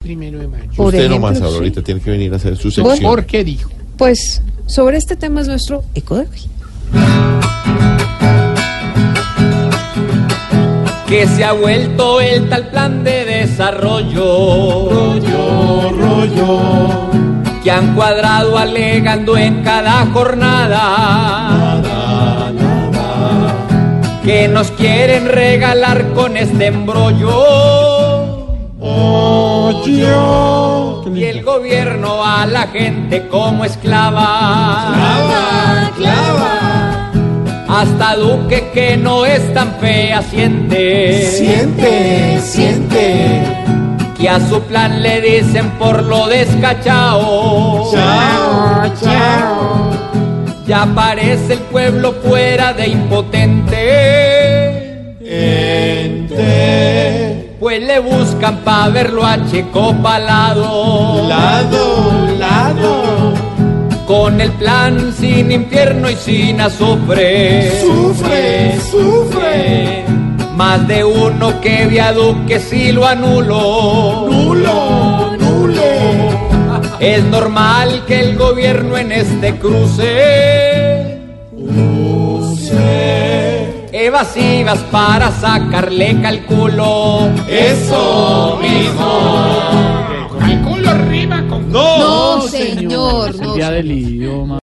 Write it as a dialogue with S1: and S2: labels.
S1: Primero de mayo.
S2: Por
S3: Usted
S2: ejemplo,
S3: nomás,
S2: sí.
S3: ahora ahorita tiene que venir a hacer su
S2: ¿Por?
S3: sección.
S1: ¿Por qué dijo?
S2: Pues sobre este tema es nuestro eco de hoy.
S4: que se ha vuelto el tal plan de desarrollo. Rollo, rollo. Que han cuadrado alegando en cada jornada. Que nos quieren regalar con este embrollo. Y el gobierno a la gente como esclava. Hasta Duque que no es tan fehaciente. Siente, siente. Que a su plan le dicen por lo descachao. Ya parece el pueblo fuera de impotente. Pues le buscan pa' verlo a Checo Palado. Con el plan sin infierno y sin azufre. Sufre, sufre. Más de uno que viaduque si lo anuló. Nulo, nulo. Es normal que el gobierno en este cruce. Evasivas para sacarle cálculo. Eso mismo.
S1: Calculo rima con...
S2: No, Oh, señor. no,
S5: Día del idioma.